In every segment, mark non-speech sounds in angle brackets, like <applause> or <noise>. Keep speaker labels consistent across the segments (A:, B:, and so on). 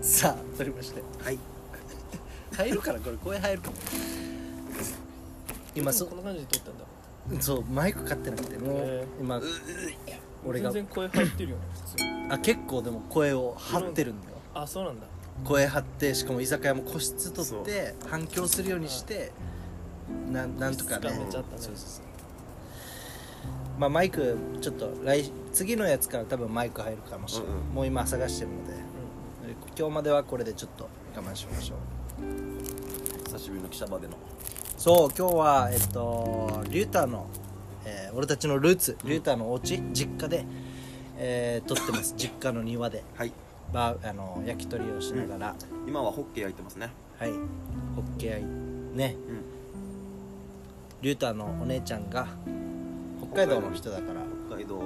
A: さあ取りまして
B: はい
A: 入るからこれ声入るかも今そ
C: こんな感じで撮ったんだ
A: そうマイク買ってなくてもう
C: へ
A: 今俺が
C: 全然声入ってるよね
A: <laughs>
C: 普通
A: あ結構でも声を張ってるんだよ
C: あそうなんだ
A: 声張ってしかも居酒屋も個室取って反響するようにしてなんなんとかね
C: 個室がめっちゃあったね
A: そうそうそうまあマイクちょっと来次のやつから多分マイク入るかもしれない、
B: うんうん
A: もう今探してるので
C: う
A: 今日まではこれでちょっと我慢しましょう
B: 久しぶりの記者場での
A: そう今日はえっとリュータの、えー俺たちのルーツリュータのお家、実家で、えー撮って <laughs> ます実家の庭で
B: はい
A: バーあの焼き鳥をしながら、
B: 今はホッケー焼いてますね
A: はいホッケーね
B: うん
A: リュータのお姉ちゃんが北海道の人だから
B: 北海道の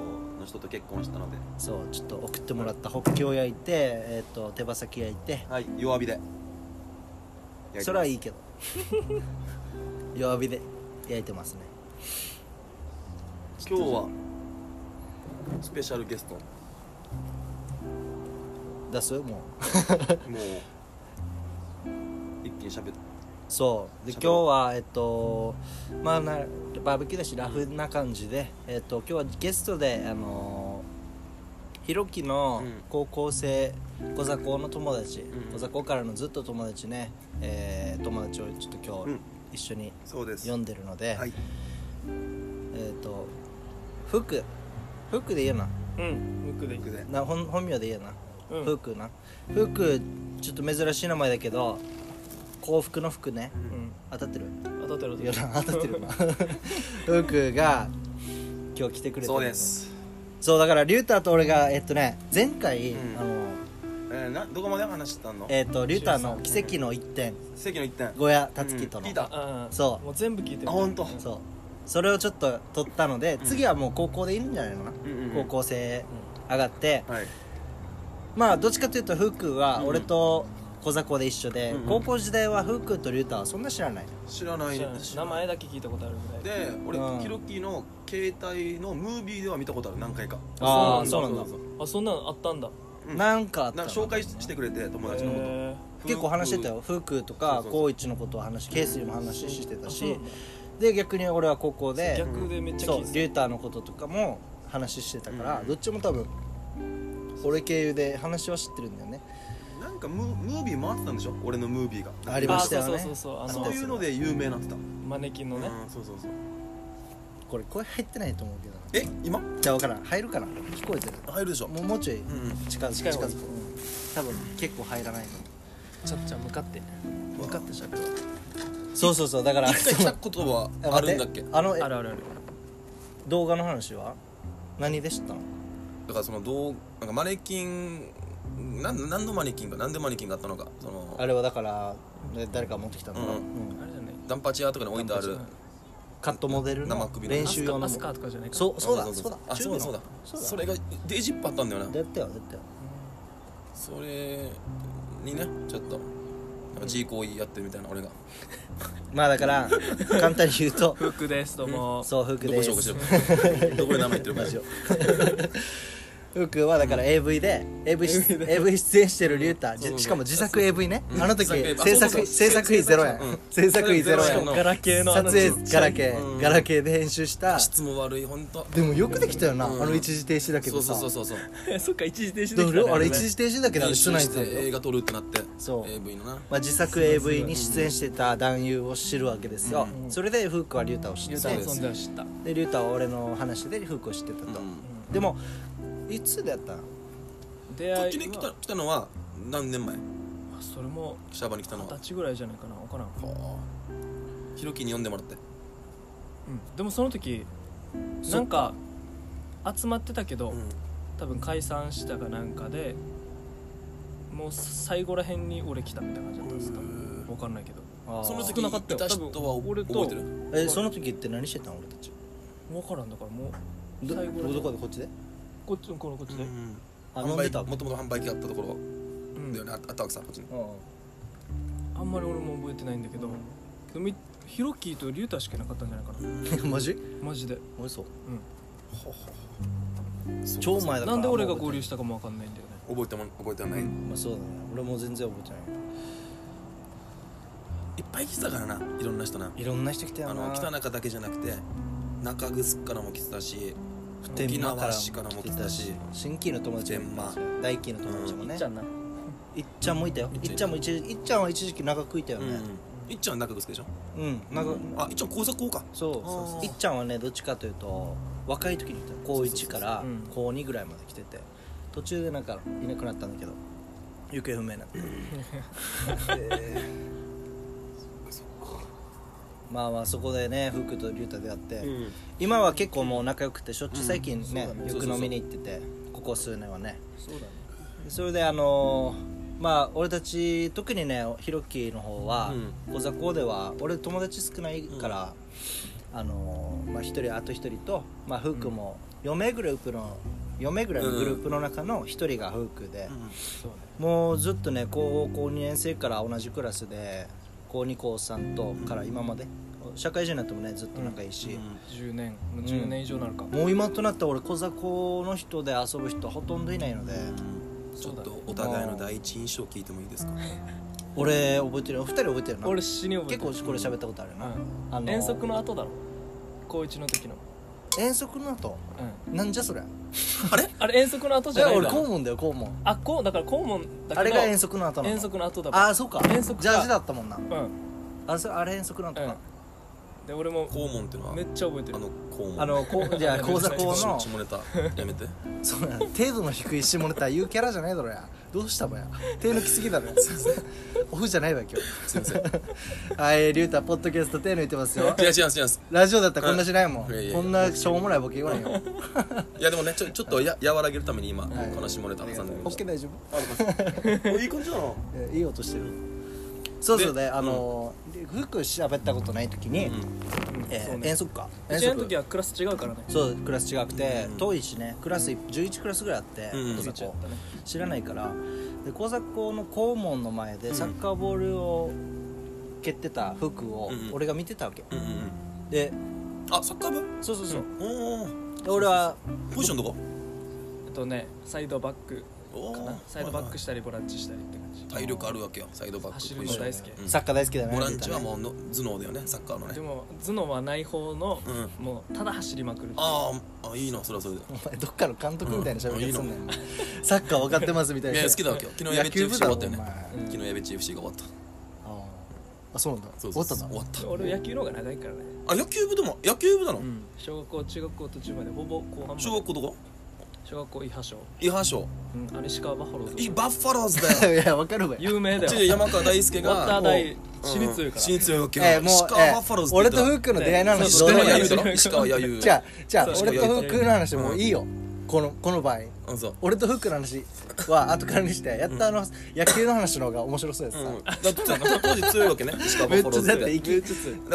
B: 人と結婚したので
A: そうちょっと送ってもらったホッケーを焼いて、えっと手羽先焼いて
B: はい弱火で焼いてます
A: それはいいけど <laughs> 弱火で焼いてますね
B: 今日はスペシャルゲスト <laughs> も
A: 出すもう
B: う一気にしゃべって
A: そうで
B: 喋
A: 今
B: る
A: 日はえっとまあなバーベキューだしラフな感じで、えっと、今日はゲストであのひろきの
B: うん
A: 高校生小座高の友達、
B: うん
A: 小座高からのずっと友達ね、えー友達をちょっと
B: う
A: 今
B: ん
A: 日一緒に
B: そうで
A: 読んでるので、
B: はい
A: えっと福福で言うなん
C: うんムックでいい
B: 行くぜ
A: な本本名で言うな
C: うん
A: 福な福ちょっと珍しい名前だけど幸福の福ね
C: うん
A: 当たってる
C: 当たってる
A: いやな当たってるなフークが今日来てくれてる
B: そうです
A: そうだからリューターと俺がえっとね前回、
B: うん
A: あの
B: えー、などこまで話したの
A: えっとリューターの奇跡の一点
B: 席の一点
A: 小屋達樹との、
B: うん聞いた
C: <laughs> ああ
A: <laughs> そう
C: もう全部聞いてる
B: あ本当
C: うん
A: そうそれをちょっと取ったので次はもう高校でいいんじゃないのかな、
B: うんうんうん
A: 高校生上がって、
B: はい
A: まあどっちかというとフークは俺と小雑魚で一緒で、
B: うんうん
A: 高校時代はフークとリューターはそんな知らない
B: 知らない
C: 知らない名前だけ聞いたことあるぐらい
B: で俺
A: うん
B: キロキの携帯のムービーでは見たことある何回か
A: あ
C: あ
A: あ
C: そ
A: そ
C: うな
A: うんな
C: だ
A: んだ
C: あそんなのあったんだ
B: うん
A: なんかあった
B: な
A: の
B: んか紹介してくれて友達のこ
C: へ
B: と
A: 結構話してたよフークと
B: そ
A: か
B: うそうそう
A: 高一のことを話しケースにも話して
C: ー
A: た
C: あそうな
A: し
C: んだ
A: で逆に俺は高校で
C: 逆でめっちゃ
A: そう
C: 聞いて
A: リューターのこととかも話してたから、
B: うん
A: どっちも多分俺経由で話は知ってるんだよね
B: なんかムムービー回ってたんでしょ俺のムービーが
A: あり
C: た
A: ま
C: あ
A: した
C: そう
A: よ
C: そう
A: ね
C: そうそうあ
A: そ
B: そう
C: の
B: いうので有名になってた
C: マネキンのね
B: うんそうそうそう
A: これ声入ってないと思うけど
B: え今
A: じゃあ分からん入るかな聞こえてる
B: 入るでしょ
A: もうもうちょい
B: うんうん
A: 近づ近
C: 近い
A: づ
C: 方
A: く、う
C: がいい
A: ん、多分結構入らないと
C: ちょっちゃん向かって
A: 思う向かってしゃべるそうそうそうだから
B: 一回来たことは
A: そう
B: あるんだっ
A: 待て
B: けだか
A: あのえ
C: あるあるある
A: 動画の話は何で知ったの
B: らそのどうなんかマネキンなん何のマネキンかなんでマネキンがあったのかその
A: あれはだからね誰か持ってきたのかな、
B: うん
A: うん
C: あれじゃない
B: ダンパチ屋とかに置いてある
A: カットモデル
B: 生
A: の
B: 首の
A: 練
C: ア
A: 習
C: ス
A: 用
C: カ
A: の
C: アスカとかじゃないか
A: そうそうだそうだ
B: あそうだそうだ
A: そうだ
B: それがデイジップあったんだよな
A: だったよだったよ
B: それにねちょっとなんか G 行為やってるみたいな俺が
A: まあだから <laughs> 簡単に言うと
C: フックですどうも
A: そうフック
B: どこ
A: で
B: 紹介
A: す
B: してるどこで名前言ってるか
A: ラジオ <laughs> フックはだから AV で AV し AV 出演してるリュータ
B: そうそうそう
A: しかも自作 AV ね
B: うん
A: あの時制
B: 自作 AV あそうそ
A: 作
B: う
A: 制作費ゼロ円
B: うん
A: 制作費ゼロ
B: それゼロ
A: 円
B: 円
C: ガラケーのあの
A: 撮影ガラケ
B: う
A: ー
B: ん
A: ガラケーで編集した
B: 質も悪い本当
A: でもよくできたよなあ
B: うん
A: の一時停止だけ
B: そ
A: ど
B: う
A: さ
B: そうそうそう
C: え <laughs> そっか一時停止で
A: ど
C: きた
A: れ
C: ね
A: あれ一時停止だけどあれ
B: 練
A: して
B: 習
A: ない
B: し
A: んだよ
B: て映画撮るってなって
A: そう
B: AV のな
A: まあ、自作 AV に出演してた男優を知るわけですよ、それでフークはリュウタを知って
C: ユー
A: た
C: ザ
A: んで
C: ーの存
A: す
C: 在を知った
A: でリュウタは俺の話でフークを知ってた
B: うん
A: と、でもいつだったの
C: 出
B: こ
C: 会
B: っちに
C: い
B: 来た
C: は
B: 来たのは何年前
C: あそれも
B: シャバに来たの
C: 二
B: は
C: 十歳ぐらいじゃないかな分からん
B: はあヒロキに呼んでもらって
C: でもその時なんか集まってたけど、多分解散したかなんかでもう最後らへんに俺来たみたいな感じだったんですか分かんないけど
A: あー
B: その時
C: 少なかった
B: い
C: よ
B: た人は
C: 多分俺と
B: 覚えてる
A: えその時って何してたの俺たち
C: 分からんだからもう
A: ど
C: 最後らへん
A: どこでこっちで
C: こっちこのこっちで、
A: あ
B: 販
A: 飲ん
B: 売
A: でた
B: もともと販売機あったとこ
C: う
B: ろ
C: ん
B: だよねああったわけさこっちに
A: うん
C: あんまり俺も覚えてないんだけど、でもヒロキーとリュウタしかいなかったんじゃないか
A: <laughs>
C: な
A: マジ
C: マジで
A: 俺そう
C: うん
A: 超前だから
C: なんで俺が合流
A: し
C: したかも分かんないんだよね
B: 覚えても覚えてはない、
A: まあそうだね俺も全然覚えてない
B: いっぱい来てたからないろんな人な
A: けどいろんな人来たよ
B: あ
A: な
B: の北中だけじゃなくて中城からも来てたし
A: 普
B: 沖
A: 天間
B: 縄市からも来てたし
A: 新規の友達もいたし
B: 普天
A: 大輝の友達も
C: い
A: ね
C: っちゃんない
A: っちゃんもいたよい
B: いっ
A: っち
B: ち
A: ゃ
B: ゃ
A: ん
B: ん
A: も一時いっちゃんは一時期長くいたよ
B: うん
A: ね
B: いっちゃん中城でしょ
A: うん長く
B: あいっちゃん工作校か
A: そう
B: あー
A: そうそういっちゃんはねどっちかというと若い時に来た高1から
C: そうそうそう
A: 高2ぐらいまで来てて途中でなんかいなくなったんだけど行方不明になって <laughs> まあまあそこでね福と龍太出会って、
B: ん
A: 今は結構もう仲良くてしょっちゅう最近ね,、
C: うんそうだね
A: よく飲みに行っててここ数年はね
C: そうだね
A: それであのーまあ俺たち特にねひろきの方は小座校では俺友達少ないから、あのーまあ一人あと一人とまあフークも4名グループの4名ぐらいのグループの中の一人がフークで、
C: そうね
A: もうずっとね高校2年生から同じクラスで高2高3とから今まで社会人になってもねずっと仲いいし、
C: 10年もう10年以上なるか、
A: もう今となったら俺小雑魚の人で遊ぶ人ほとんどいないので、
B: ちょっとお互いの第一印象聞いてもいいです <laughs> か
A: 俺覚えてるよ2人覚えてるな
C: 俺死に覚え
A: 結
C: てる
A: 構これ喋ったことあるよな、
C: うん
A: あの
C: 遠足の後だろ高一の時の、
A: 遠足の後
C: うん、
A: なんじゃそりゃ
C: あれ遠足の後
A: い
C: じゃ
A: や
C: ない
A: 俺
C: だ
A: 校
C: ろ
A: 門だよ校門
C: あこうだから校門だけど
A: あれが遠足の後なの
C: 遠足の後だ
A: ああそうか
C: 遠足か
A: ジャージだったもんな
C: うん
A: あれそれあれ遠足の後
C: う
A: か、
C: んで俺も
B: 肛門ってのは
C: めっちゃ覚えて
B: あ
C: る
B: の肛門
A: あのこうじゃあ
C: <laughs>
A: 高座校の
B: 下ネタやめて
A: そんな程度の低い下ネタ言うキャラじゃないだろやどうしたもや手抜きすぎだろやオフじゃないわ今
B: すい
C: <laughs>
B: ませんい
A: 日はいリュウタポッドキャスト手抜いてますよ
B: や違う違う違う
A: ラジオだったらこんなしないもん
B: いやいやいや
A: こんなしょうもないボケ言わん
B: <laughs>
A: よ
B: いやでもねちょちょっとや和らげるために今、
A: はい
B: この下ネタ挟んでみました
A: OK 大丈夫
B: いい感じだない
A: い音してるそうそう
B: で
A: であの服喋ったことない時に
C: うん
A: え
C: そう
A: ー
C: ね
A: 遠足か
C: 一
A: 遠
C: 年の
A: 足
C: 時はクラス違うからね
A: そうクラス違くて
B: うん
A: 遠いしねクラス11クラスぐらいあって
B: うん
A: 小
C: ち
A: 学
C: っちゃ
A: 校
C: ったね
A: 知らないからで小学校の校門の前で
B: うん
A: サッカーボールを蹴ってた服を
B: うん
A: 俺が見てたわけ
B: うんうんうん
A: で
B: あサッカー部
A: そうそうそう
B: おお
A: で俺は
B: ポジションどこ
C: えっとねサイドバック
B: お
C: かな
B: ー
C: サイドバックしたりボランチしたりって感じ
B: 体力あるわけよサイドバック
C: 走る
B: ポ
C: の
B: ジション
C: 大好き
B: うん
A: サッカー大好きだね
B: ボランチは
A: み
B: もうの頭脳だよねサッカーのね
C: でも頭脳はない方の、
B: う
C: もうただ走りまくる
B: あーあいいなそれはそれで
A: たいなお前どっかの監督みたいな喋り方すんねんサッカー分かってますみたい
B: い
A: な
B: やいや好きだわけよ昨日やべっち FC 終わったよね
A: 野球部だろお前
B: 昨日やべっち FC が終わった
A: ああそうなんだ
B: そ
A: 終
B: う
A: わ
B: そ
A: っ
B: う
A: た
B: そうん
A: だ
B: 終わった
C: 俺野球の方が長いからね、
B: あ野球部でも野球部なの
C: うん、小学校中学校途中までほぼ後半まで
B: 小学校どこ
C: 小学校伊波小、
B: 伊波賞
C: うん、あれ石川バファロー
B: い
C: ズ
B: バッファローズ
A: <laughs>
B: だよ
A: いや分かるわよ
C: 有名だ
B: ちょ
C: よ
B: 山川大輔
C: 終わった
B: が
C: 大
B: うん
C: 死に強いから
B: 死に強いわけよ
A: えー、も
B: 石
A: う、
B: 川
A: え
B: バッファロー
A: ー、
B: ズ
A: 俺とフ
B: フ
A: ックの出会いの
C: ね
A: 話
B: 知
A: ど
B: っ
A: う
B: て
A: で
B: る
A: も
B: の
A: いいよ
B: やゆうだ
C: そう
B: ろ石川やゆう
A: じゃあじゃあ
C: そう
A: 俺とフックの話もういいよ、このこの場合
B: うんそう
A: 俺とフックの話は後からにしてやったあの、野球の話の方が面白そうですさ、
B: うんだって当時強いわけね石川バ
A: め
B: ッ
A: っ
B: フ
A: ちゃ
B: ァローズ
A: だって
B: で
A: いき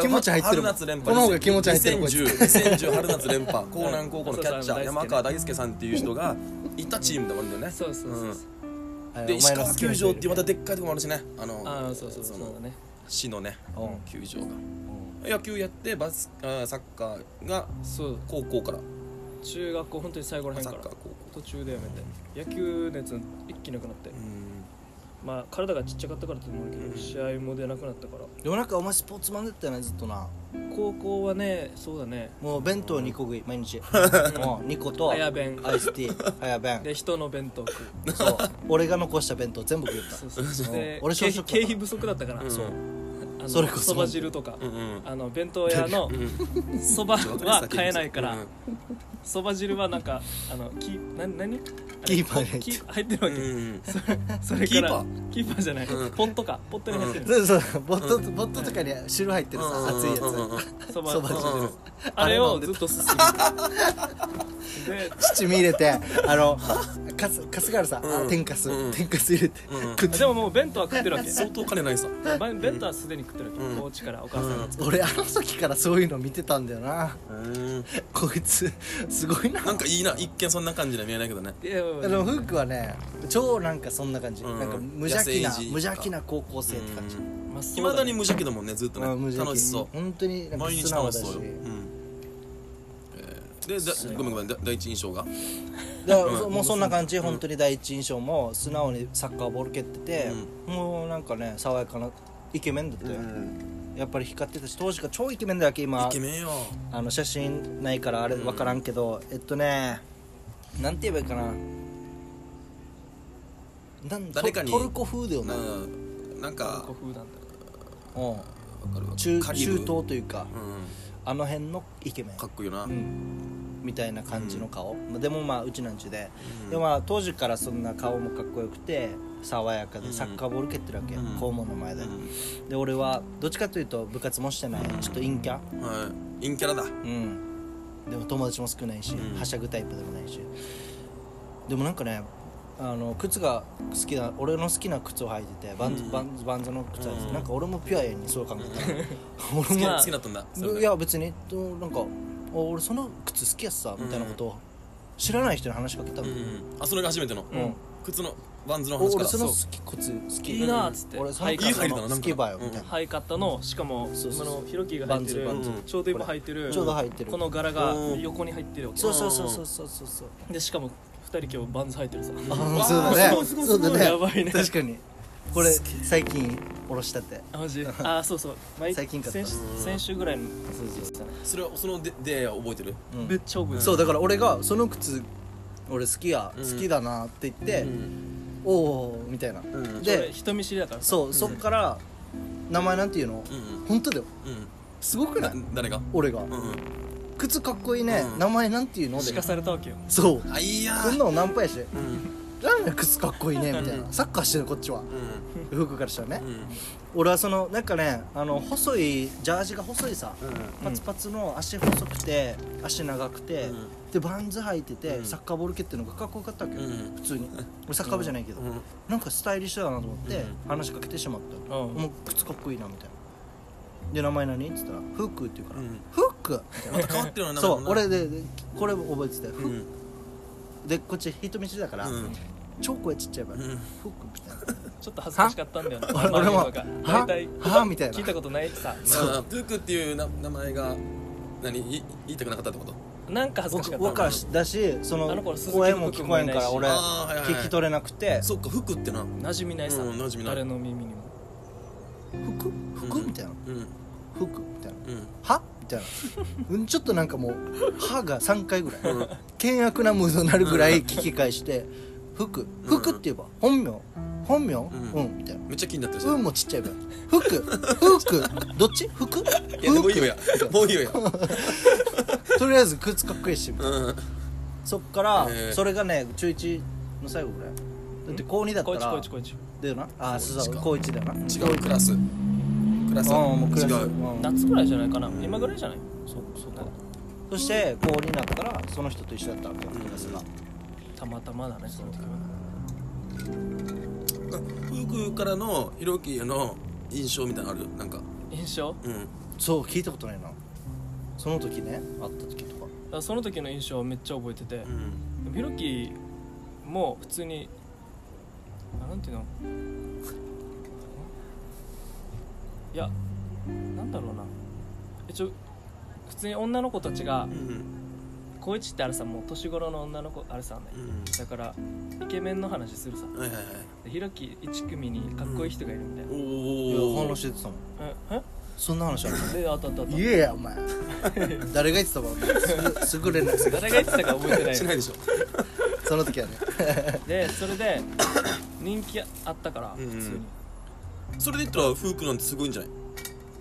A: 気持ち入ってる
B: 春
A: もん
B: 夏連覇
A: この方が気持ち入ってるこいつ
B: 2010 2010春夏連覇江南高校のキャッチャ
C: そうそう
B: ー山川大輔さんっていう人がいたチームでもあるんだよね
C: そうそうそうそう、
A: はい
B: で
A: お
B: 石
A: 前の
B: 川
A: 好きな
B: 球
A: 人
B: 場
A: いる
B: っていうまたでっかいとこもあるしねあの
C: ああそうそうそう
B: の
C: そうだね
B: 市のね
A: うん
B: 球場が野球やってバスあーサッカーが
C: そう
B: 高校から
C: 中学校本当に最後らへん
B: サ
C: か
B: ッ
C: ら
B: カー高校
C: 途中でやめて野球熱一気なくなって、
B: うん
C: まあ体がちっちゃかったからってのもあるけど、試合も出なくなったから
A: でもなんかお前スポーツマンだったよねずっとな
C: 高校はねそうだね
A: もう弁当2個食い毎日
B: <laughs>
A: もう2個とア
C: 早
A: イ
C: 弁
A: スティー早弁
C: で人の弁当食う
A: そう俺が残した弁当全部食った
C: そうそうで
A: 俺
C: 経
A: 小食だ
C: 費
A: から
C: 経費不足だったから、
B: そう
C: あの
A: それこそ
C: ば汁とか、
B: うんうん
C: あの弁当屋のそば <laughs> は買えないから
B: うん
C: そば汁はなんかあのキな何
A: キーパーに入ってる
C: キ入ってるわ
B: う
C: け、
B: ん
C: それから
B: キーパ
C: キーパーじゃない、
B: うん
C: ポントかポットに入ってる
A: そうそうボットボットとかに汁入ってるさ熱いやつ
C: そば
A: そば汁
B: うんうん
C: あれをずっとすするで
A: 七味入れてあのカスカスがあるさ、あ
B: うん
A: 天かす、
B: うん
A: 天かす入れて、
B: うん
A: 食って
C: でももう弁当は食ってるわけ
B: 相当金ないさ
C: ば弁当はすでに食ってるわけ、
B: うん
C: お家からお母さんが、
A: 俺あの時からそういうの見てたんだよな
B: うん
A: こいつすごいな
B: なんかいいな一見そんな感じには見えないけどね
C: いやいやい
A: で
C: や
A: もフックはね超なんかそんな感じ、
B: うん
A: なんか無邪気な
B: 野生児
A: 無邪気な高校生って感じ、
C: まあそう
B: いまだに
C: ね
B: 無邪気だもんねずっと
A: まあ無
B: ね
A: 邪気
B: 楽しそ
A: 本当にな
B: うん
A: か
B: 毎日
A: 素直
B: 楽
A: だ
B: し
A: し
B: そうようんえーでだごめんごめんだ第一印象が
A: だから
B: うん
A: そもうそんな感じ、
B: うん
A: 本当に第一印象も素直にサッカーボール蹴ってて、もうなんかね爽やかなイケメンだったよ、やっぱり光ってたし当時から超イケメンだよけ今
B: イケメンよ
A: あの写真ないからあれ
B: うん
A: 分からんけど、えっとねなんて言えばいいかななん
B: 誰かに
A: トトルコ風だよ
B: な
A: な、うん
B: なんか
C: 古風なんだ
A: 中
B: カ
A: 中
B: リブ
A: 東というか、
B: う
A: あの辺のイケメン
B: んかっこいいよな、
A: うん、みたいな感じの顔、まあでもまあうちなんちで、
B: うん
A: でまあ当時からそんな顔もかっこよくて爽やか
B: う
A: で
B: ん
A: サッカーボール蹴ってるわけ、
B: うん
A: 校門の前で、
B: う
A: で俺はどっちかというと部活もしてないちょっと陰キャ
B: んはい陰キャラだ
A: うんでも友達も少ないし、
B: うん
A: はしゃぐタイプでもないしでもなんかねあの靴が好きな俺の好きな靴を履いててバンズ、
B: うん
A: バンズバンズの靴履いてて、
B: うん
A: なんか俺もピュアやにそう考えた
B: 好き
A: 俺
B: な
A: も
B: 好きだったんだそれ
A: いや別にどうなんかあ俺その靴好きやっさみたいなことを知らない人に話しかけた
B: う
A: の、うん
B: んあそれが初めての、
A: ん
B: 靴のバンズの話から
A: 俺その
B: う
A: 好き靴好き
C: いいなっつって
A: 俺そ
C: ハ
A: の
C: イカッ
A: 靴
C: トの
B: いい入りだななんか
A: 好きばよみたいな、
C: ハイカットのしかも
A: そうそ
C: そう
A: そう
C: のヒロキが履いてる
A: バ
B: ンズバンズ
C: ちょうど今履いてる
A: ちょうど履いてる
C: この柄が
B: うん
C: 横に入ってるわけ
A: そうそうそうそうそうそうそう
C: でしかも2人今日バンズ履いてるさ
A: あ
B: わー
A: そうだね
C: すごい
A: そ
C: すごいう
A: だ
C: すごい
A: ね
C: やばいね
A: 確かにこれ最近おろしたって
C: あマジあそうそう毎
A: 最近買った
C: 先先週ぐらいの
A: そうそうそう
B: それはそので出会いは覚えてる
A: うん
C: めっちゃ覚えて
A: そうだから俺がその靴俺好きや、
B: うん
A: 好きだなって言って、
B: ん
A: おおみたいな、
B: うん
A: で
C: で人見知りだから
A: そう、そっから名前なんていうの、
B: う
A: 本
B: ん
A: 当だよ
B: う
A: すごくない
B: んな誰が
A: 俺が、
B: うんうん
A: 靴かっこいいね、
B: うん
A: 名前なんていうので
C: しかされたわけよ
A: そう
B: あいやー
A: こんなのナンパやし
B: うん
A: なんで靴かっこいいねみたい
B: うん
A: なサッカーしてるこっちは
B: うん
A: 服からしたらね、
B: うん
A: 俺はそのなんかねあの細いジャージが細いさ、
B: う
A: パツパツの足細くて足長くて、
B: うん
A: でバンズ履いてて、
B: うん
A: サッカーボール蹴ってるのがかっこよかったわけよ、
B: うん
A: 普通に俺サッカー部じゃないけど、
B: うん
A: なんかスタイリッシュだなと思って、
B: うん
A: 話しかけてしまった、
C: うん
A: もう靴かっこいいなみたいなで名前何って言ったら「フック」って言うから「
B: うん
A: フック!」みたい
B: また変わってるよ
A: な
B: な
A: そう
B: なんか
A: 俺ででこれ覚えてたよ、
B: う
A: フッ
B: ん
A: でこっち人見知りだから、
B: うん
A: 超声ちっちゃいから、
B: うん
A: フックみたいな
C: ちょっと恥ずかしかったんだよな
A: 俺
C: 周りの
A: 俺もは
C: 人が大体
A: はみたいな
C: 聞いたことないさ
B: まあプークっていうな名前が何言い言いたくなかったってこと
C: なんか恥ずかしかった
A: 若しだしその
C: あの頃鈴木
A: 声も聞こえんから
C: 福君も
A: 俺
C: い
B: あーはいはいはい
A: 聞き取れなくて
B: そっか服ってな
C: 馴染みないさ、
B: うん馴染みない
C: 誰の耳にも
A: 「服服?」みたいな
B: うんうん
A: 「服?」みたいな
B: うん
A: 「は?」みたいなうんちょっとなんかもう「は」が3回ぐらい険悪なムードになるぐらい聞き返して「服服」って言えば「本名本名
B: ん
A: うん」みたいな
B: めっちゃ気になってる
A: 「
B: じゃん
A: うん」もちっちゃい分「服服どっち服
B: いやでも
A: 服
B: いいよやもういいよや
A: とりあえず靴かっこいいし
B: うん
A: そっから
B: へえ
A: それがね中1の最後ぐらいだって高2だった
C: こいちこい
A: ら
C: ちこいち
A: だよなあ
B: 高一
A: そうだ
B: か
A: 高1だよな
B: 違うクラスクラス
A: ああもうクラス
B: 違
A: う
B: うん
C: 夏ぐらいじゃないかな、今ぐらいじゃないそうそうか
A: そして高2になったからその人と一緒だったわけよ
B: ん
A: クラスが
C: たまたまだねその時は
B: フクからのヒロキへの印象みたいなのあるなんか
C: 印象
B: うん
A: そう聞いたことないなその時ね会った時とか
C: だからその時の印象はめっちゃ覚えてて、
B: うん
C: でもヒロキも普通にあなんていうのいやなんだろうな一応普通に女の子たちが
B: うん
C: 高一ってあれさもう年頃の女の子あれさ、
B: う
C: だからイケメンの話するさ
B: んはいはいはい
C: でヒロキ1組にかっこいい人がいるみたいな、
A: いや
B: おお
A: 話してたもん
C: ええ
A: そんな話ある
C: <laughs> であったあったあった
A: 言えやお前 <laughs> 誰が言ってたもんす <laughs> ぐ連絡する
C: 誰が言ってたか覚え
B: <laughs>
C: てない
B: し
C: よ
B: ないでしょ
A: その時はね
C: でそれで人気あったから
B: う
C: 普
B: んうん
C: 通に、
B: それで言ったらフクなんてすごいんじゃない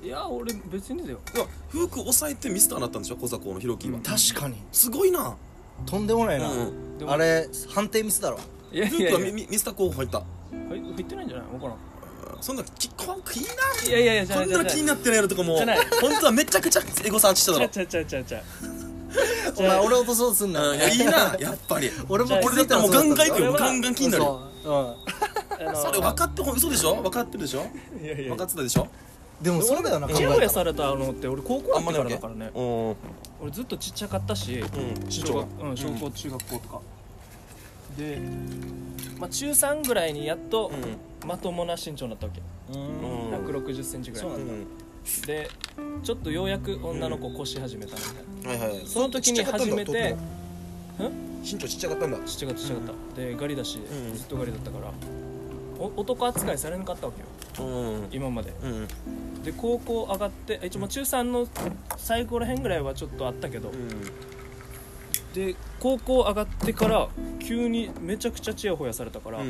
C: いや俺別にだよ
B: いやフク抑えてミスターになったんでしょ小坂のヒロキは
A: 確かに
B: すごいな
A: とんでもな
B: う
A: いな、
B: ん
C: でも
A: あれ判定ミスだろ
C: いや
B: フ
C: い
B: ク
C: や
B: はい
C: や
B: ミミミスター候補入った
C: 入入ってないんじゃない分からん
B: そんなきこん気になる
C: いやいやいやじゃ
B: こ
C: ない
B: ん
C: じゃ
B: な
C: ない
B: 気
C: じ
B: になってないやろとかも
C: じゃない
B: 本当はめちゃくちゃエゴサーチしてただ
C: ゃ
B: ろ
C: ちゃちゃちゃちゃ
A: お前俺落とそうとすんな
B: うんいやいいなやっぱり
A: 俺も気づいたら
B: もうガンガン
A: そう
B: 行く
A: だ
B: よ
A: った
B: ガンガン気になるよ
A: そう、
C: あの
B: それ分かってほ嘘でしょ分かってるでしょ
C: いやいや
B: 分かってたでしょ
A: うん、でもそうだよな考
C: チ
A: え
C: ヤホヤ
A: た
C: さ
A: ら
C: れたのって俺高校
B: あんま
C: 生から
B: りだけ
C: だからね
B: うん
C: 俺ずっとちっちゃかったし
B: 身長
C: 小
B: が
C: 学うん小校中学校とかでまあ中3ぐらいにやっとまともな身長になったわけ
A: うん
B: うん
C: 1 6 0ンチぐらい
A: そうなんだ
C: でちょっとようやく女の子越し始めたみたいな
B: はいはい
C: その時に初めてん
B: 身長ちっちゃかったんだ
C: ちっちゃかったちっちゃかった、でガリだし、
B: うん
C: ずっとガリだったからお男扱いされなかったわけよ
B: うん
C: 今まで
B: うん
C: で高校上がって一応まあ中3の最後らへんぐらいはちょっとあったけど、で高校上がってから急にめちゃくちゃちやほやされたから、
B: うん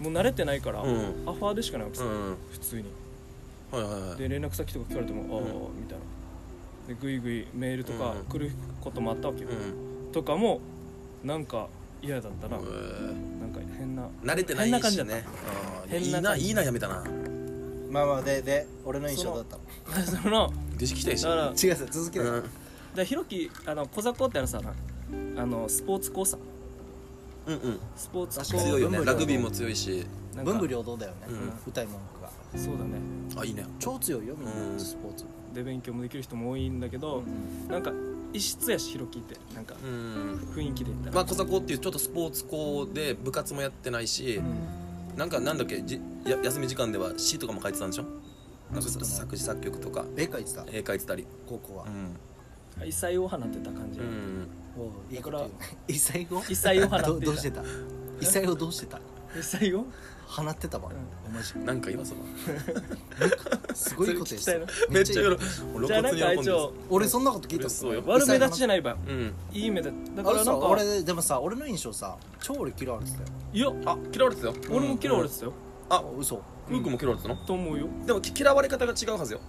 B: う
C: も
B: ん
C: う慣れてないから、
B: うん
C: アファーでしかないわけ
B: う
C: さ、
B: ん
C: 普通に
B: はいはいはい
C: で連絡先とか聞かれても「ああー」みたいなでグイグイメールとか
B: うん
C: 来ることもあったわけよ、
B: うん
C: とかもなんか嫌だったな、
B: うん
C: なんか変な <laughs>
B: 慣れてないしね
C: 変な感じだった
B: うん
C: 変
B: い
C: ない
B: な
C: 感じ
B: いいなやめたな
A: まあまあでで俺の印象だったの
C: その
B: 弟子来たいし
C: だから
A: 違うさ続け
B: う
A: る、
B: ん
C: でひろきあの小雑魚ってあのさあのスポーツ校さ
B: うんうん
C: スポーツ校
B: 強いよね
A: 文武両道
B: ラグビーも強いし
C: なんか
A: 文武両道だよね、
B: うん
A: 歌い文句が
C: そうだね
B: あいいね
A: 超強いよみんな、
B: うん
A: スポーツ、
C: で勉強もできる人も多いんだけど、なんか異質やしひろきってなんか
B: うん
C: 雰囲気で言ったら、
B: まあ小雑魚っていうちょっとスポーツ校で部活もやってないしなんかなんだっけじや休み時間では詩とかも書いてたんでしょなん
A: ち
B: か
A: ょっとね
B: 作詞作曲とか
A: 絵描いてた
B: 絵描いてたり
A: 高校は
B: う、ん
C: 異彩を放ってた感じ、
B: うん
A: おういいこと言うね異彩を
C: 異彩を放って
A: <laughs>
C: た
B: <laughs>
A: どどうしてた異彩をどうしてた
C: 異彩を
A: 放ってたば、マジ
B: なんか今その
A: すごいことです
C: それ聞きた
B: <laughs> めっちゃ喜
A: い
B: ぶ俺
C: じゃあ
B: 露
C: なんか
B: 骨に喜ん
C: 一
B: でる
C: 応
A: 俺そんなこと聞いたこと
B: そう
A: ない
B: よ
C: 悪目立ちじゃないばよ
B: うん
C: いい目だだ
A: あ
C: か
A: れ
C: らなんか
A: さ俺でもさ俺の印象さ超俺嫌われてたよ
C: いや
B: あ嫌われてたよ
C: 俺も嫌われてたよ、
B: あ
A: 嘘
B: クークも嫌われてたの
C: と思うよ
B: でもき嫌われ方が違うはずよ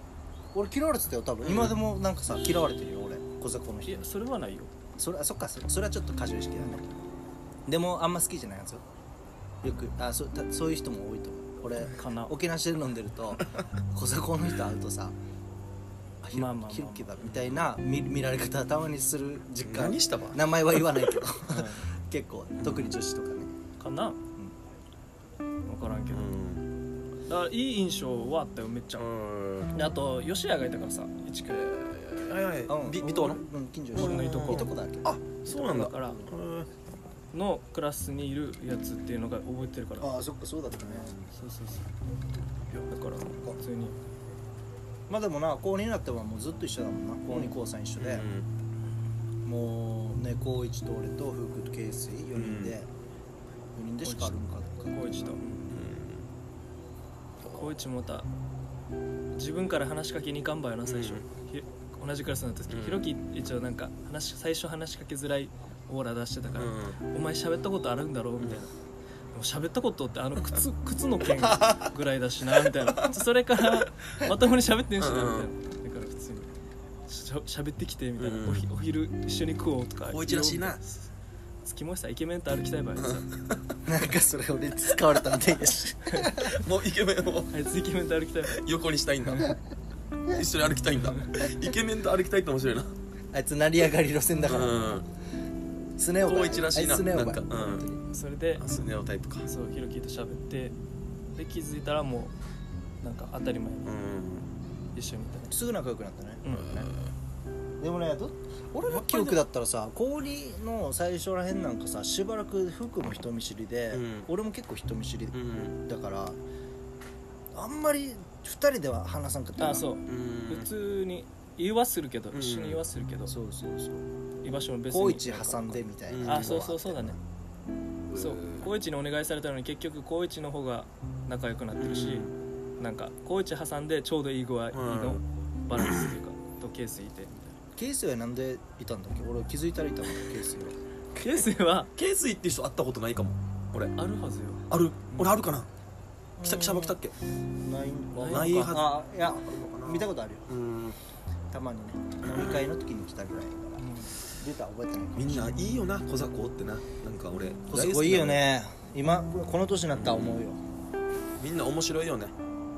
A: 俺嫌われてたよ多分、
B: うん
A: 今でもなんかさ嫌われてるよ俺小雑魚の
C: い
A: 人
C: やそれはないよ
A: それあそっかそそれはちょっと過剰意識だねでもあんま好きじゃないやつよよくあそたそういう人も多いと思う俺
C: かな
A: 沖縄市で飲んでると小雑魚の人会うとさ「あひ
C: まあ
A: ろ
C: まあまあ
A: ひろきだ」みたいな見見られ方たまにする実感
B: 何したば
A: 名前は言わないけど <laughs> 結構特に女子とかね
C: かな、分からんけ
B: う
C: ど、
B: ん
C: だからいい印象はあったよめっちゃ、
B: うん
C: であと吉谷がいたからさ一区
B: はいはい
A: うん
B: び微糖
A: う
B: の
A: ん近所
C: 俺のいとこ
A: いとこだっけ
B: あそうなんだ
C: だから
B: うん
C: のクラスにいるやつっていうのが覚えてるから
A: ああそっかそうだったね
C: そうそうそうだから普通に
A: まあでもな高2になってはもうずっと一緒だもんな高2高3一緒で、もうね高1と俺と福と慶水4人で、4人でしかあるんかとか
C: 高一と高一もまた自分から話しかけにいかんばよな最初、ひ同じクラスになった時、
B: うん
C: ひろき一応なんか話し最初話しかけづらいオーラ出してたから、
B: う
C: お前喋ったことあるんだろうみたいな、でも喋ったことってあの靴靴の件ぐらいだしなみたいなそれからまともに喋ってんしなみたいな、
B: うんう
C: だから普通にしゃ喋ってきてみたいな、
B: うんうん
C: おひお昼一緒に食おうとか
B: 高一らしいな
C: 月もさイケメンと歩きたい場合さ
A: なんかそれ俺使われたみたいだし <laughs>
B: もうイケメンを
C: あいつイケメンと歩きたい場
B: 横にした <laughs> いんだ一緒に歩きたいんだイケメンと歩きたいって面白いな
A: あいつ成り上がり路線だから、
B: うん
A: スネオ
B: 高一らしいな
A: あつスネオバイ
B: なんかうん
A: 本当に
C: 合それで
B: あスネオタイプか
C: そうヒロキと喋ってで気づいたらもうなんか当たり前に
B: うん
C: 一緒にいたね
A: すぐ仲良くなったね
C: うん、
A: でもねど俺の記憶だったらさ高2の最初らへんなんかさしばらく服も人見知りで、
B: うん
A: 俺も結構人見知り
B: うん
A: だからあんまり2人では話さんかったな
C: あそう、
B: うん
C: 普通に言わするけど、
B: うん
C: 一緒に言わするけど
A: そうそうそう
C: 居場所も別に
A: 高一挟んでみたいな
C: あそうそうそうだねそう高一にお願いされたのに結局高一の方が仲良くなってるし、なんか高一挟んでちょうどいい具合のバランスというか、とケースいてみ
A: ケースはなんでいたんだっけ俺気づいたらいたんだケースは
C: たいなケースは
B: ケイスイっていう人会ったことないかも俺
C: あるはずよ
B: ある俺あるかな来た来たば来たっけ
A: ない
C: ない
B: ないはず
A: あいや
B: かな
A: 見たことあるよ
B: うん
A: たまにね飲み会の時に来たぐらいだから出た覚えてない
B: みんないいよな小雑魚ってななんか俺
A: こそこいいよね今この年になったら思うよ
B: みんな面白いよね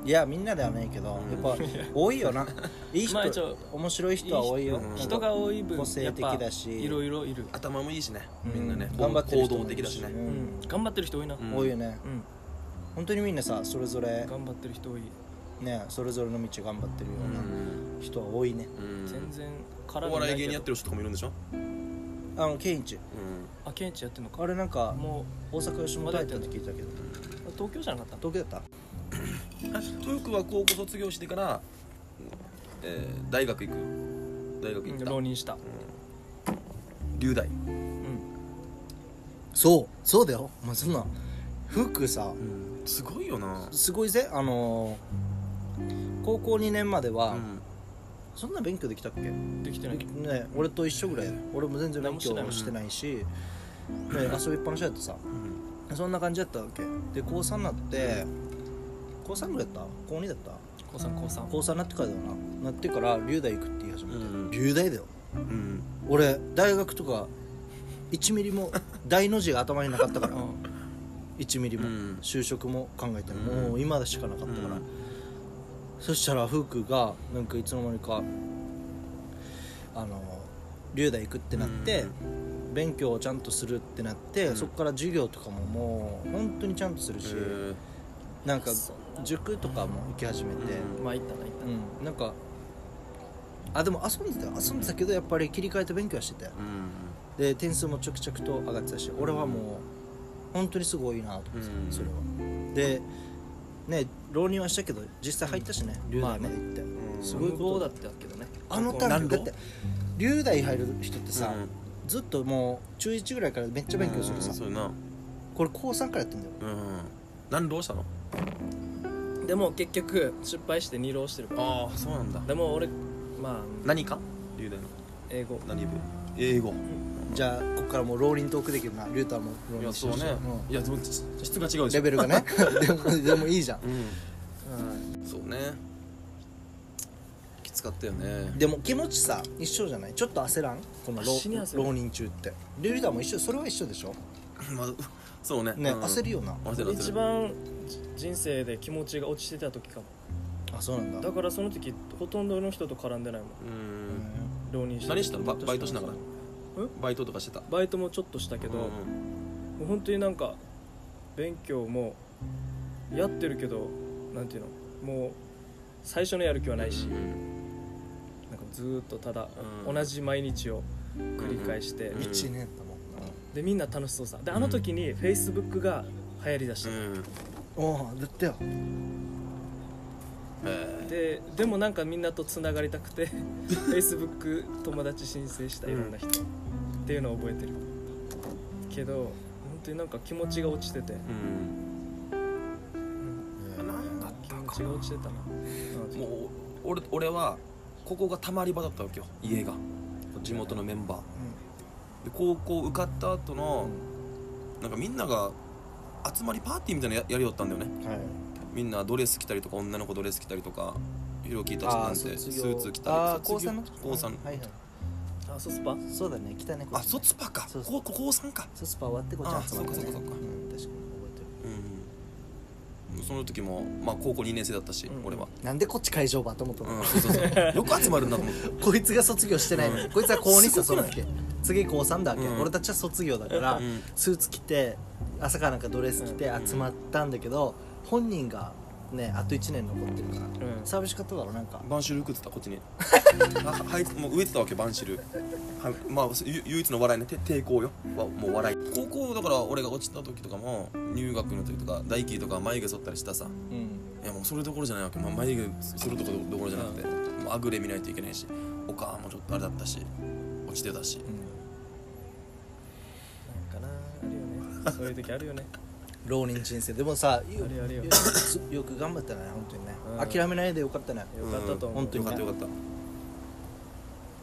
A: いやみんなではないけどやっぱ <laughs> 多いよないい人
C: まあ一応
A: 面白い人は多いよ
B: いい
C: 人が多い分
A: 個性的だし
C: やっぱいろいろいる、
B: 頭もいいしね
A: うん
B: みんなね
A: 頑張ってる
B: 行
A: 人
B: 動
A: もい
B: 的
A: る
B: だしね
C: うん頑張ってる人多いなう、
B: うんん
A: 多いよね本当にみんなさそれぞれ
C: 頑張ってる人多い
A: ねそれぞれの道頑張ってるよ
B: う
A: うなん人は多いね
B: うん
C: 全然絡
B: お笑い芸人やって
C: る
B: る人とかもいるんでしょ
A: あのケンイチ
B: う
C: あケンチやってんのか
A: あれなんか
C: も
A: 大阪吉本入ったって聞いたけど
C: う東京じゃなかった
A: 東京だった
B: ん夫婦は高校卒業してからえー大学行く大学行った
C: 浪人した
B: 龍大
C: うん
A: そうそうだよもうそんな服さ
B: うんすごいよな
A: すごいぜあのー高校2年までは、
B: うん
A: そんな勉強できたっけ、ね、
C: できてないけど
A: 俺と一緒ぐらいだよ俺も全然勉
C: 何
A: 強
C: も
A: し
B: してて
A: ないし、ね、遊びっぱなしやってさ
B: うん
A: そんな感じだったわけで高3になって高3ぐらいだった高2だった
C: 高三高三
A: 高3になってからだよななってから龍大行くって言い始めて、
B: うん
A: 龍大だよ
B: うん
A: 俺大学とか1ミリも大の字が頭になかった
C: <laughs>
A: から
C: う
A: 1ミリも、
B: うん
A: 就職も考えて
B: うん
A: もう今しかなかったから、
B: うん
A: そしたらフークがなんかいつの間にかあの龍大行くってなって、勉強をちゃんとするってなって、
B: うん
A: そこから授業とかももう本当にちゃんとする
B: へ
A: し、
B: ー
A: なんか塾とかも行き始めて、
C: んまあ行ったな行っ
A: うん、なんかあでも遊んでたよ遊んでたけどやっぱり切り替えて勉強はしてたよ
B: うん
A: で点数もちょくちょくと上がってたし俺はもう本当にすごいいなと思ってた、
B: うん
A: それはでね浪人はしたけど実際入ったしね龍大まで行って、
B: うん
A: す
C: た
A: ごい
C: 無
A: こと
C: 謀
A: だ
C: だ
A: っ
C: ったけどね
A: たあのため
B: 何
A: だ
B: 浪
A: って龍大入る人ってさ、
B: うん
A: ずっともう中1ぐらいからめっちゃ勉強するさ、
B: うんそうやな
A: これ高3からやってんだよ
B: うん何浪したの
C: でも結局失敗して二浪してるから
B: ああそうなんだ
C: でも俺まあ
B: 何か龍大の
C: 英語
B: 何部英語
A: じゃあここからもう浪人トークできるな龍太はもう浪
B: いや
A: 人して
B: そう
A: るし
B: ね
A: うん
B: いやでもち質が違うでし
A: レ
B: ょ
A: ベルが
B: <laughs>
A: ねでもでもいいじゃん
B: うんそうねきつかったよね
A: でも気持ちさ一緒じゃないちょっと焦らんこの浪
C: 死に焦る
A: 浪人中ってリーダーも一緒それは一緒でしょ
B: まあそうね
A: ね、
B: うん
A: 焦るよな
B: 焦る
C: 一
B: 焦る
C: 番人生で気持ちが落ちてた時かも
A: あそうなんだ
C: だからその時ほとんどの人と絡んでないもん
B: うん
C: 浪人して
B: 何してたのババイトしながら
C: え
B: バイトとかしてた
C: バイトもちょっとしたけど、
B: うん
C: もう本当になんか勉強もやってるけどなんていうのもう最初のやる気はないし、
B: うん
C: なんかずーっとただ、
B: うん
C: 同じ毎日を繰り返して、
B: うん
A: 1年だもん
C: でみんな楽しそうさであの時に Facebook が流行りだした、
B: うん
A: おおだってよ
B: え
C: ででもなんかみんなとつながりた
B: <laughs>
C: くて Facebook 友達申請したいろんな人、っていうのを覚えてるけど本当になんか気持ちが落ちてて
B: ーうんなんだっ
C: 気持ちが落ちてたな
B: たもう俺俺はここがたまり場だったわけよ家が地元のメンバーで高校受かった後のなんかみんなが集まりパーティーみたいなのややりよったんだよね
A: うんはい
B: みんなドレス着たりとか女の子ドレス着たりとかひろきたち
A: あ
B: なんてスーツ着たり
A: あー
B: 卒
A: 高
B: 業
A: 三の
B: 高三
A: はいはい
C: あそうスパ
A: そうだね来たねこっ
B: あ
A: ちね
B: 卒パか
A: そうそ
B: 高高三か
A: ソスパ終わってこっち集まってね
B: あそっかそっかそっか
A: うん確かに覚えてる
B: うんその時もまあ高校2年生だったし
C: うん
B: 俺は
A: なんでこっち会場場と思ったの
B: うんそうそ
A: <laughs>
B: うそうよく集まるなと思って
A: こいつが卒業してないのにこいつは高2さ
B: す
A: そう
B: ご
A: だ
B: く
A: っ
B: ない
A: け次高3だっけ
B: うん
A: 俺たちは卒業だから
B: うん
A: スーツ着て朝からなんかドレス着て
B: うん
A: 集まったんだけど本人がねあと1年残ってるから
C: うん
A: 寂しかっただろなんか
B: バンシル食ってたこっちに <laughs> あはいもう植えてたわけバンシルはいまあゆ唯一の笑いねて抵抗よわもう笑い高校だから俺が落ちた時とかも入学の時とか大輝とか眉毛剃ったりしたさ
A: うん
B: いやもうそれどころじゃないわけ、まあ、眉毛するとこどころじゃなくてもうあぐれ見ないといけないしお母もちょっとあれだったし落ちてたし
C: なんかなあるよねそういう時あるよ
B: <laughs>
C: ね
A: 浪人人生でもさ
C: あるよあるよよ
A: よよく頑張ったね本当にね
C: うん
A: 諦めないでよかったね
C: かったと思う
A: 本当
B: よ
A: に
B: か
A: ね
B: ったよかった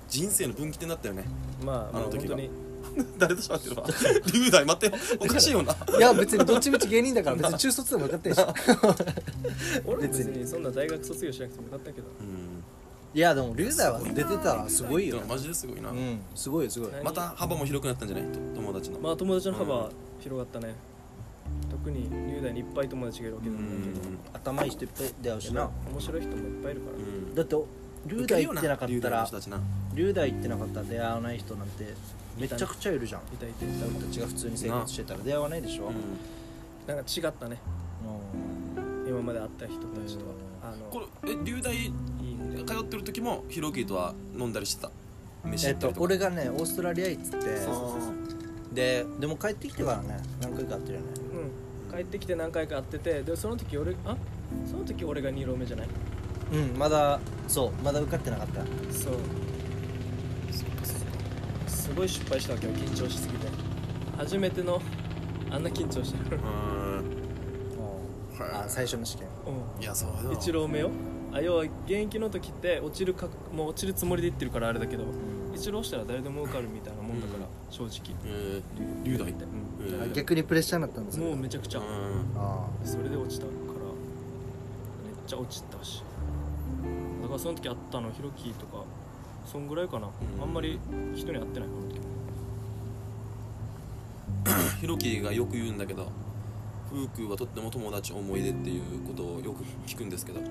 B: 人生の分岐点だったよね <laughs>
C: まあ
B: あ
C: まあ
B: の
C: 本
B: 時が
C: 当に
B: 誰と喋ってる
C: <laughs>
B: わ龍大待ってよおかしいよない
A: や別にどっちみち芸人だから別に中卒でもよかったでしょ
C: 俺
A: 別
C: 別
A: に
C: にそんな大学卒業しなくてもよかったけど
B: うん
A: いやでも龍大は出てたらすごいよ
B: でもマジですごいな、
A: うんすごいよすごい
C: 何
B: また幅も広くなったんじゃないと友達の、
C: まあ友達の幅
B: う
C: は広がったね特に入大にいっぱい友達がいるわけ
B: う
C: でもないけど
B: ん
A: 頭いい人いっぱい出会うしな
C: 面白い人もいっぱいいるか
B: うん
A: だって龍大行ってなかっ
B: 龍
A: た
B: 大の
A: ら
B: 人たちな
A: 龍大行ってなかったら出会わない人なんてめちゃくちゃいるじゃん
C: らいたいて
A: 俺たちが普通に生活してたら出会わないでしょ、う
B: うんん
C: なんか違ったね今まで会った人たちとはあ
B: こ
C: の
B: れえ龍大
C: いいんで
B: 通ってる時もヒロキとは飲んだりしてた飯
A: え
B: 行
A: っ
B: った
A: と
B: りとか、
A: 俺がねオーストラリア行ってて
B: そうそうそう
A: ででも帰ってきてからね何回か会ってるよね
C: うん帰ってきて何回か会っててでその時俺あその時俺が2浪目じゃない
A: うんまだそうまだ受かってなかった
C: そうすごい失敗したわけよ緊張しすぎて初めてのあんな緊張してる
B: <laughs> うん
A: あ最初の試験
C: う
B: いやそうだ
C: ん
B: な
C: <laughs> 一郎目よあ要は現役の時って落ちるかもう落ちるつもりで言ってるからあれだけど一浪したら誰でも受かるみたいなもんだから、
B: うん
C: 正直、
B: えー龍大って
C: う
B: えー
A: 逆にプレッシャーになったんです
C: ん、もう
A: よ
C: めちゃくちゃ、
B: うん
A: あ
C: それで落ちたからめっちゃ落ちたしだからその時会ったのひろきとかそんぐらいかな、
B: うん
C: あんまり人に会ってないこの時
B: ひろきがよく言うんだけど夫婦はとっても友達思い出っていうことをよく聞くんですけど
C: うん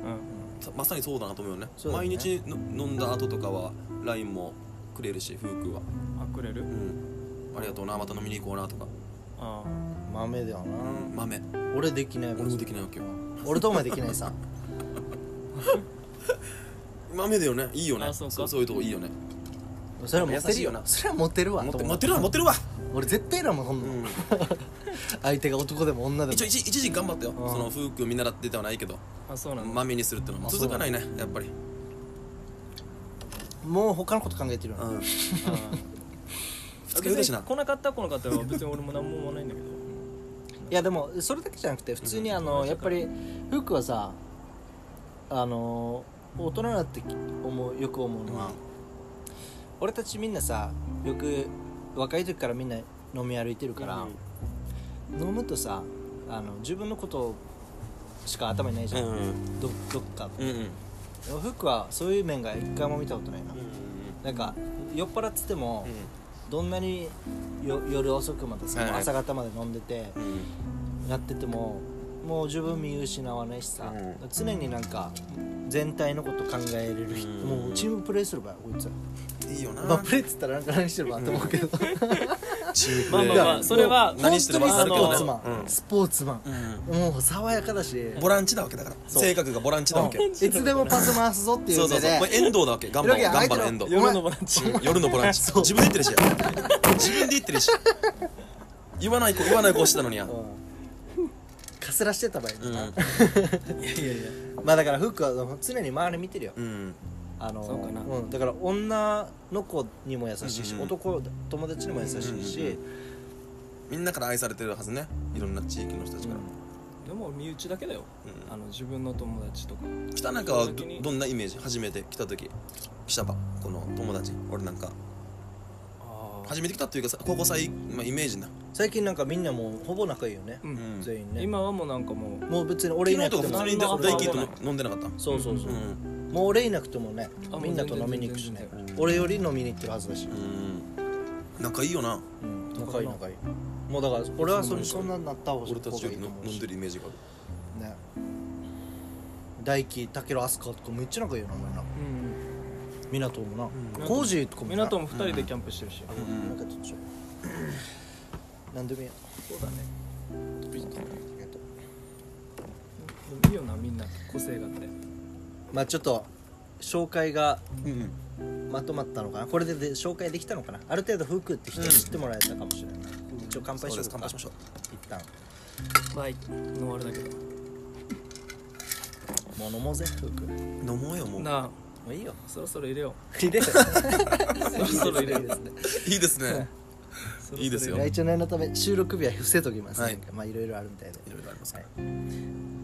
B: さまさにそうだなと思うよね
A: そうだね
B: 毎日の飲んだ後とかは LINE もくれるし夫婦は、
C: あくれる
B: うん、ありがとうなまた飲みに行こうなとか、
C: あ
A: あ豆だよ
B: うん、豆
A: な俺できないも
B: 俺
A: ん
B: もできないわけよ
A: 俺とお前できないさ
B: 豆だよねいいよね
C: あそうか
B: そういうとこいいよね
A: それはモテ
B: 優し
A: る
B: いよ
A: よ
B: な
A: それはモテるわ
B: 持って
A: と思
B: 持ってるわ持ってるわ、
A: 俺絶対いらんもんそん
B: う
A: なの
B: ん、
A: 相手が男でも女で
B: 一応
A: も
B: 一一時頑張ったよ
A: うん
B: その夫婦見習ってではないけど
C: ああそうなんだ、
B: 豆にするってのも
A: あそう
B: 続かないねやっぱり
A: もう他のこと考えてるよな
B: うん二
C: あー
B: 日酔いだ
C: 別
B: しな
C: に来なかったら来なかったら別に俺も何も思わないんだけど
A: いやでもそれだけじゃなくて普通にあのやっぱりフックはさあの大人になってき思うよく思うのは、
B: うん
A: 俺たちみんなさよく若い時からみんな飲み歩いてるから、飲むとさあの自分のことしか頭にないじ
B: う
A: ゃん、
B: んうん
A: どどっか
B: うんうん
A: でもフックはそういう面が一回も見たことないな、なんか酔っ払ってても、どんなによ夜遅くまでさ、
B: はいはい
A: 朝方まで飲んでて、
B: うんうん
A: やっててももう自分見失わないしさ、
B: うん
A: 常になんか全体のこと考えれる人、
B: うん
A: もうチームプレーするばよこいつは、
B: いいよな
A: まあプレーっつったらなんか何して
B: <laughs>
A: るばと思うけど、
B: チームプ
C: まあ
B: レ
C: ま
B: ー
C: あまあそれは
A: もう
B: 何してるば
A: 本当にス
B: あ
A: ポーツ
B: の
A: マン、スポーツマン、
B: うん
A: もう爽やかだし、
B: ボランチだわけだから
A: そう
B: 性格がボランチだわけ
A: うんいつでもパス回すぞってい
B: そううそ
A: の
B: うそう
A: で
B: これ遠藤だわけガンバ
A: いやいや
B: ガンバの遠
A: 相手の
B: 藤
C: 夜のボランチ
B: 夜のボ <laughs> ランチ
A: そう
B: 自分で言ってるし自分で言ってるし言わない子言わない子してたのにやうん
A: うんかすらしてた場合だな、
C: いやいやいや
A: <laughs> まあだからフックは常に周り見てるよ、
B: うん
A: あの、
C: そうかなん
A: だから女の子にも優しいし、
B: うんうん
A: 男友達にも優しいし、
B: うんうんうんみんなから愛されてるはずねいろんな地域の人たちから
C: でも身内だけだよ
B: うん
C: あの自分の友達とか
B: 北中はど
C: 基本的に
B: どんなイメージ初めて来た時北ばこの友達俺なんか
C: あ
B: 初めて来たっていうかさ高校祭まあイメージな
A: 最近なんかみんなもうほぼ仲いいよね、
C: う、
B: うんん
A: 全員ね
C: 今はもうなんかもう
A: もう別に俺い
B: 昨
A: な
B: 日と
A: くても
B: か普通に
C: 今
B: 大
C: は
B: 大輝
C: まあまあ
B: と飲んでなかった
A: そうそうそうう、
B: ん
A: もう俺いなくてもね
C: あもう
A: みんなと飲みに行くしね
C: 全然
B: 全然
A: 俺より飲みに行ってるはずだし
B: う、ん仲いいよな
A: うん仲いい仲いいもうだから俺はそれそんなになった方がいい
B: 俺たちより
A: と
B: 飲
A: 思うし
B: 飲んでるイメージがある
A: ね大輝武尊飛鳥とかめっちゃ仲いいよなお前な
C: うん
A: 港もな、
B: ん
A: コージーとかもな
C: 港も2人でキャンプしてるし、
B: ん
A: なんかちょっとしょなんでもいいや
C: そうだね
A: ありがとう
C: いいよなみんな個性があって
A: まあちょっと紹介が
B: うん
A: まとまったのかなこれでで紹介できたのかなある程度フックって人に知ってもらえたかもしれない、一応乾
B: そ
A: 杯し
B: う
A: よ
B: で
A: う
B: す乾杯しま
A: ょ
B: しょう
A: う一旦
C: バイのあれだけど
A: もう飲もうぜフックも
B: 飲もうよもう
C: なあ
A: ういいよ
C: そろそろ入れよ
A: <laughs> 入れる
C: うそろそろ入れよう
A: ね
B: いいですね
C: そろそろ入れよう
B: いいですよ
A: 来年のため収録日は伏せときます、
B: はい
A: なんかまあいろいろあるみたいで
B: いろいろありますから
A: はい